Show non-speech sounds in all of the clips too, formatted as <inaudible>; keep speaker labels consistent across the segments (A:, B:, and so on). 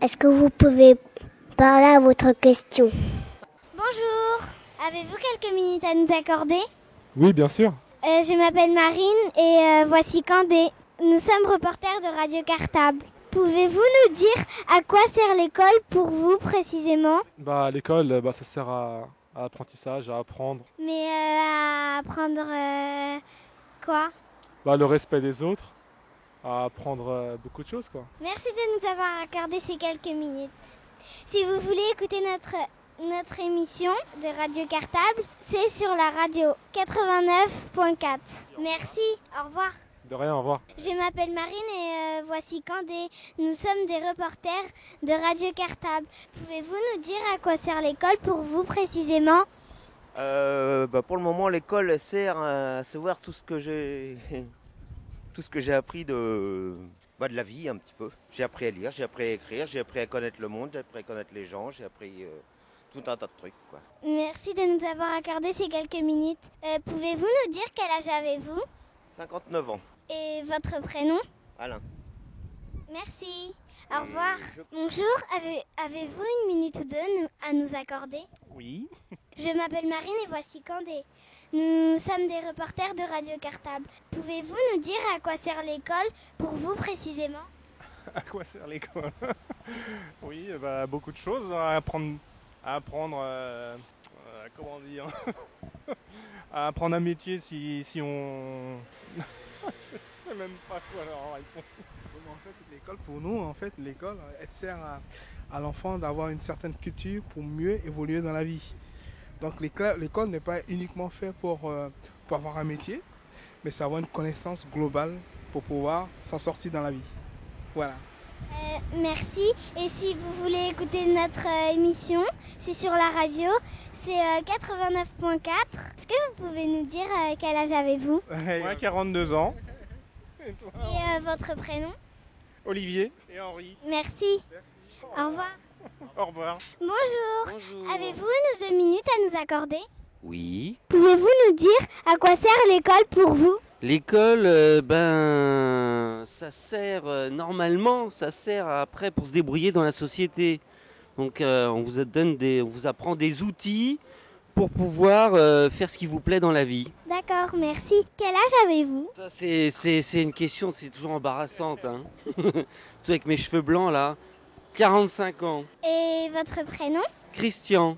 A: Est-ce que vous pouvez parler à votre question
B: Bonjour, avez-vous quelques minutes à nous accorder
C: Oui, bien sûr.
B: Euh, Je m'appelle Marine et euh, voici Candé. Nous sommes reporters de Radio Cartable. Pouvez-vous nous dire à quoi sert l'école pour vous précisément
C: Bah, l'école, euh, bah, ça sert à, à apprentissage, à apprendre
B: Mais euh, à apprendre euh, quoi
C: bah, le respect des autres, à apprendre euh, beaucoup de choses, quoi.
B: Merci de nous avoir accordé ces quelques minutes. Si vous voulez écouter notre, notre émission de Radio Cartable, c'est sur la radio 89.4. Merci, au revoir.
C: De rien, au revoir.
B: Je m'appelle Marine et euh, voici Candé. Nous sommes des reporters de Radio Cartable. Pouvez-vous nous dire à quoi sert l'école pour vous précisément
D: Euh, bah, pour le moment, l'école sert à savoir tout ce que j'ai, <laughs> tout ce que j'ai appris de, bah, de la vie un petit peu. J'ai appris à lire, j'ai appris à écrire, j'ai appris à connaître le monde, j'ai appris à connaître les gens, j'ai appris euh, tout un tas de trucs. Quoi.
B: Merci de nous avoir accordé ces quelques minutes. Euh, Pouvez-vous nous dire quel âge avez-vous
D: 59 ans,
B: et votre prénom
D: Alain.
B: Merci.
D: Et
B: Au revoir.
D: je-
B: Bonjour, avez- avez-vous une minute ou deux nous- à nous accorder
E: Oui. <laughs>
B: Je m'appelle Marine et voici Candé. Nous sommes des reporters de Radio Cartable. Pouvez-vous nous dire à quoi sert l'école pour vous précisément
E: À quoi sert l'école <laughs> Oui, euh, bah, beaucoup de choses à apprendre. À apprendre euh, euh, comment dire <laughs> À apprendre un métier si, si on. <laughs> Je sais même pas quoi leur répondre.
F: Oui, mais en fait, l'école, pour nous, en fait, l'école, elle sert à, à l'enfant d'avoir une certaine culture pour mieux évoluer dans la vie. Donc l'écla- l'école n'est pas uniquement faite pour, euh, pour avoir un métier, mais c'est avoir une connaissance globale pour pouvoir s'en sortir dans la vie. Voilà.
B: Euh, Merci. Et si vous voulez écouter notre euh, émission, c'est sur la radio. C'est euh, 89.4. Est-ce que vous pouvez nous dire euh, quel âge avez-vous
E: Moi, 42 ans. Et toi
B: Et euh, votre prénom
E: Olivier et Henri.
B: Merci. Au revoir.
E: Au revoir.
B: Bonjour.
D: Bonjour.
B: Avez-vous une ou deux minutes à nous accorder
D: Oui.
B: Pouvez-vous nous dire à quoi sert l'école pour vous
G: L'école, euh, ben, ça sert euh, normalement, ça sert après pour se débrouiller dans la société. Donc, euh, on vous donne des, on vous apprend des outils pour pouvoir euh, faire ce qui vous plaît dans la vie.
B: D'accord, merci. Quel âge avez-vous
G: Ça, c'est, c'est- c'est une question, c'est toujours embarrassante. Hein. <laughs> Surtout avec mes cheveux blancs là. 45 ans.
B: Et votre prénom
G: Christian.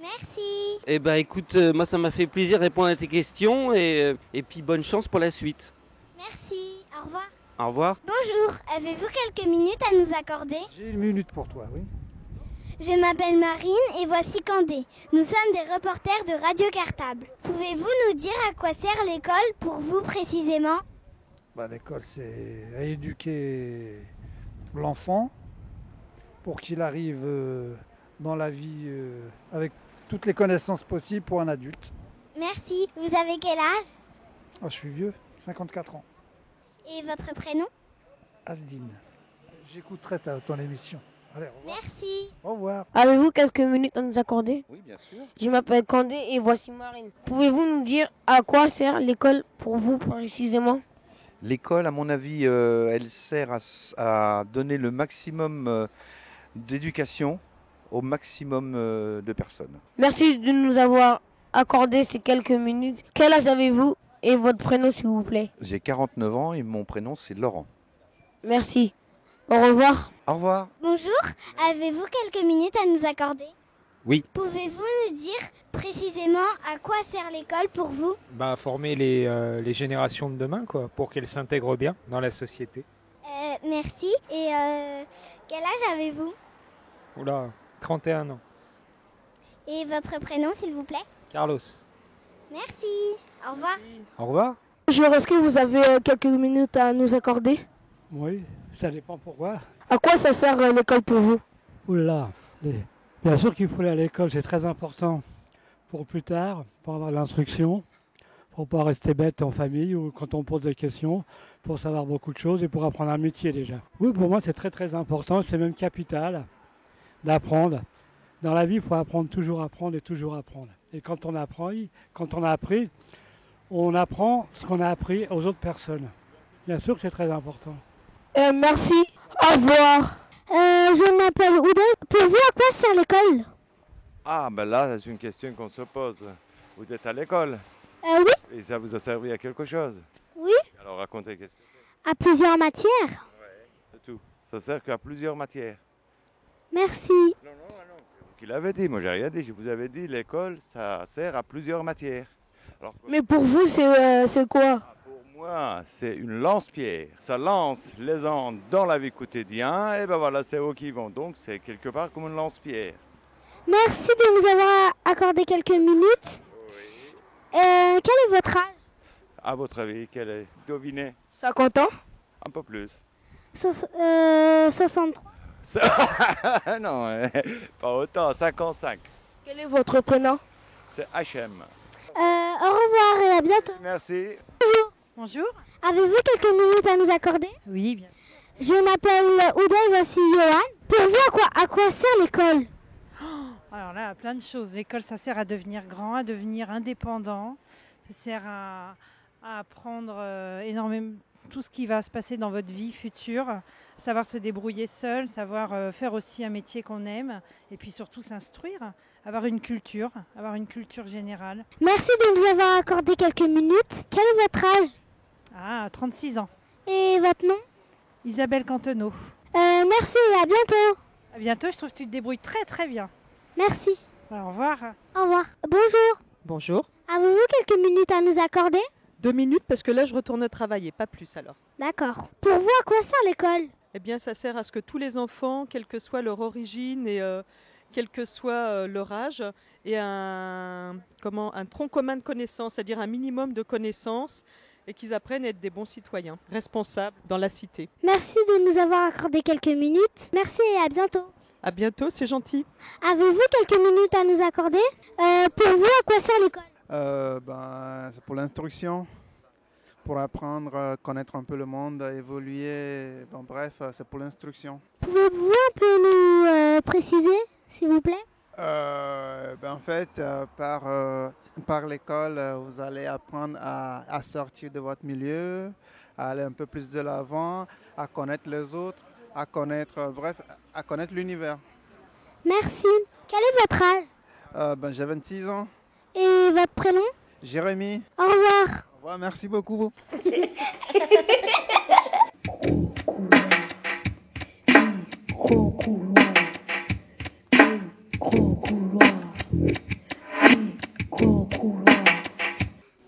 B: Merci.
G: Eh ben, écoute, euh, moi, ça m'a fait plaisir de répondre à tes questions et, euh, et puis bonne chance pour la suite.
B: Merci. Au revoir.
G: Au revoir.
B: Bonjour. Avez-vous quelques minutes à nous accorder
H: J'ai une minute pour toi, oui.
B: Je m'appelle Marine et voici Candé. Nous sommes des reporters de Radio Cartable. Pouvez-vous nous dire à quoi sert l'école pour vous précisément
H: Bah, L'école, c'est à éduquer l'enfant pour qu'il arrive euh, dans la vie euh, avec toutes les connaissances possibles pour un adulte.
B: Merci. Vous avez quel âge
H: Ah, je suis vieux, 54 ans.
B: Et votre prénom
H: Asdine. J'écouterai ta- ton émission. Allez, au revoir.
B: Merci.
H: Au revoir.
I: Avez-vous quelques minutes à nous accorder
D: Oui, bien sûr.
I: Je m'appelle Candé et voici Marine. Pouvez-vous nous dire à quoi sert l'école pour vous précisément
J: L'école, à mon avis, euh, elle sert à, s- à donner le maximum euh, d'éducation au maximum euh, de personnes.
I: Merci de nous avoir accordé ces quelques minutes. Quel âge avez-vous et votre prénom s'il vous plaît
J: J'ai 49 ans et mon prénom c'est Laurent.
I: Merci. Au revoir.
J: Au revoir.
B: Bonjour, avez-vous quelques minutes à nous accorder
K: Oui.
B: Pouvez-vous nous dire précisément à quoi sert l'école pour vous
K: Bah, former les, euh, les générations de demain, quoi, pour qu'elles s'intègrent bien dans la société.
B: Euh, Merci. Et euh, quel âge avez-vous
K: Oula, 31 ans.
B: Et votre prénom, s'il vous plaît
K: Carlos,
B: Merci. Au revoir.
K: au revoir.
I: Bonjour, est-ce que vous avez euh, quelques minutes à nous accorder
L: Oui, ça dépend pourquoi.
I: À quoi ça sert euh, l'école pour vous
L: Oula, les- bien sûr qu'il faut aller à l'école, c'est très important pour plus tard, pour avoir de l'instruction, pour pas rester bête en famille ou quand on pose des questions, pour savoir beaucoup de choses et pour apprendre un métier déjà. Oui, pour moi c'est très très important, c'est même capital d'apprendre
M: Dans la vie, il faut apprendre, toujours apprendre et toujours apprendre. Et quand on apprend, il- quand on a appris, on apprend ce qu'on a appris aux autres personnes. Bien sûr que c'est très important.
N: merci. Au revoir.
B: Euh, je m'appelle Oudin. Pour vous, à quoi sert l'école
O: Ah, ben là, c'est une question qu'on se pose. Vous êtes à l'école
B: Euh, oui,
O: et ça vous a servi à quelque chose.
B: oui,
O: Alors racontez, qu'est-ce que
B: à plusieurs matières.
O: c'est tout Ça sert qu'à plusieurs matières.
B: Merci.
O: Vous qui l'avez dit, moi j'ai rien dit. Je vous avais dit, l'école, ça sert à plusieurs matières. Alors
N: Mais pour vous, c'est euh, c'est quoi
O: Ah, pour moi, c'est une lance-pierre. Ça lance les gens dans la vie quotidienne, et ben voilà, c'est eux qui vont. Donc c'est quelque part comme une lance-pierre.
B: Merci de nous avoir accordé quelques minutes. Euh, quel est votre âge
O: À votre avis, quelle est Devinez.
B: 50 ans.
O: Un peu plus. <laughs>
B: euh, 63.
O: non, <laughs> euh, pas autant, 55.
N: Quel est votre prénom
O: C'est HM.
B: Euh, au revoir et à bientôt.
O: Merci.
B: Bonjour.
L: Bonjour.
B: Avez-vous quelques minutes à nous accorder
L: Oui, bien
B: Je m'appelle Oudin, voici Johan. Pour vous, à quoi, à quoi sert l'école
L: Alors là, plein de choses. L'école, ça sert à devenir grand, à devenir indépendant. Ça sert à, à apprendre euh, énormément tout ce qui va se passer dans votre vie future, savoir se débrouiller seul, savoir euh, faire aussi un métier qu'on aime, et puis surtout s'instruire, avoir une culture, avoir une culture générale.
B: Merci de nous avoir accordé quelques minutes. Quel est votre âge
L: Ah, 36 ans.
B: Et votre nom Euh,
L: Isabelle Canteneau.
B: merci et à bientôt.
L: À bientôt, je trouve que tu te débrouilles très très bien.
B: Merci.
L: au revoir.
B: Au revoir. Bonjour.
I: Bonjour.
B: Avez-vous quelques minutes à nous accorder
I: Deux minutes parce que là je retourne travailler, pas plus alors.
B: D'accord. Pour vous, à quoi sert l'école
I: Eh bien ça sert à ce que tous les enfants, quelle que soit leur origine et euh, quel que soit euh, leur âge, aient un, comment, un tronc commun de connaissances, c'est-à-dire un minimum de connaissances et qu'ils apprennent à être des bons citoyens, responsables dans la cité.
B: Merci de nous avoir accordé quelques minutes. Merci et à bientôt.
I: À bientôt, c'est gentil.
B: Avez-vous quelques minutes à nous accorder Euh, Pour vous, à quoi sert l'école
P: Euh, ben, c'est pour l'instruction, pour apprendre à connaître un peu le monde, à évoluer. Bon, bref, euh, c'est pour l'instruction.
B: Pouvez-vous un peu nous euh, préciser, s'il vous plaît
P: Euh, ben, en fait, euh, par, euh, par l'école, euh, vous allez apprendre à, à sortir de votre milieu, à aller un peu plus de l'avant, à connaître les autres, à connaître, euh, bref, à connaître l'univers.
B: Merci. Quel est votre âge
P: Euh, ben, j'ai 26 ans.
B: Et votre prénom
P: Jérémy.
B: Au revoir.
P: Au revoir, merci beaucoup.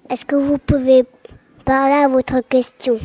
Q: Est-ce que vous pouvez parler à votre question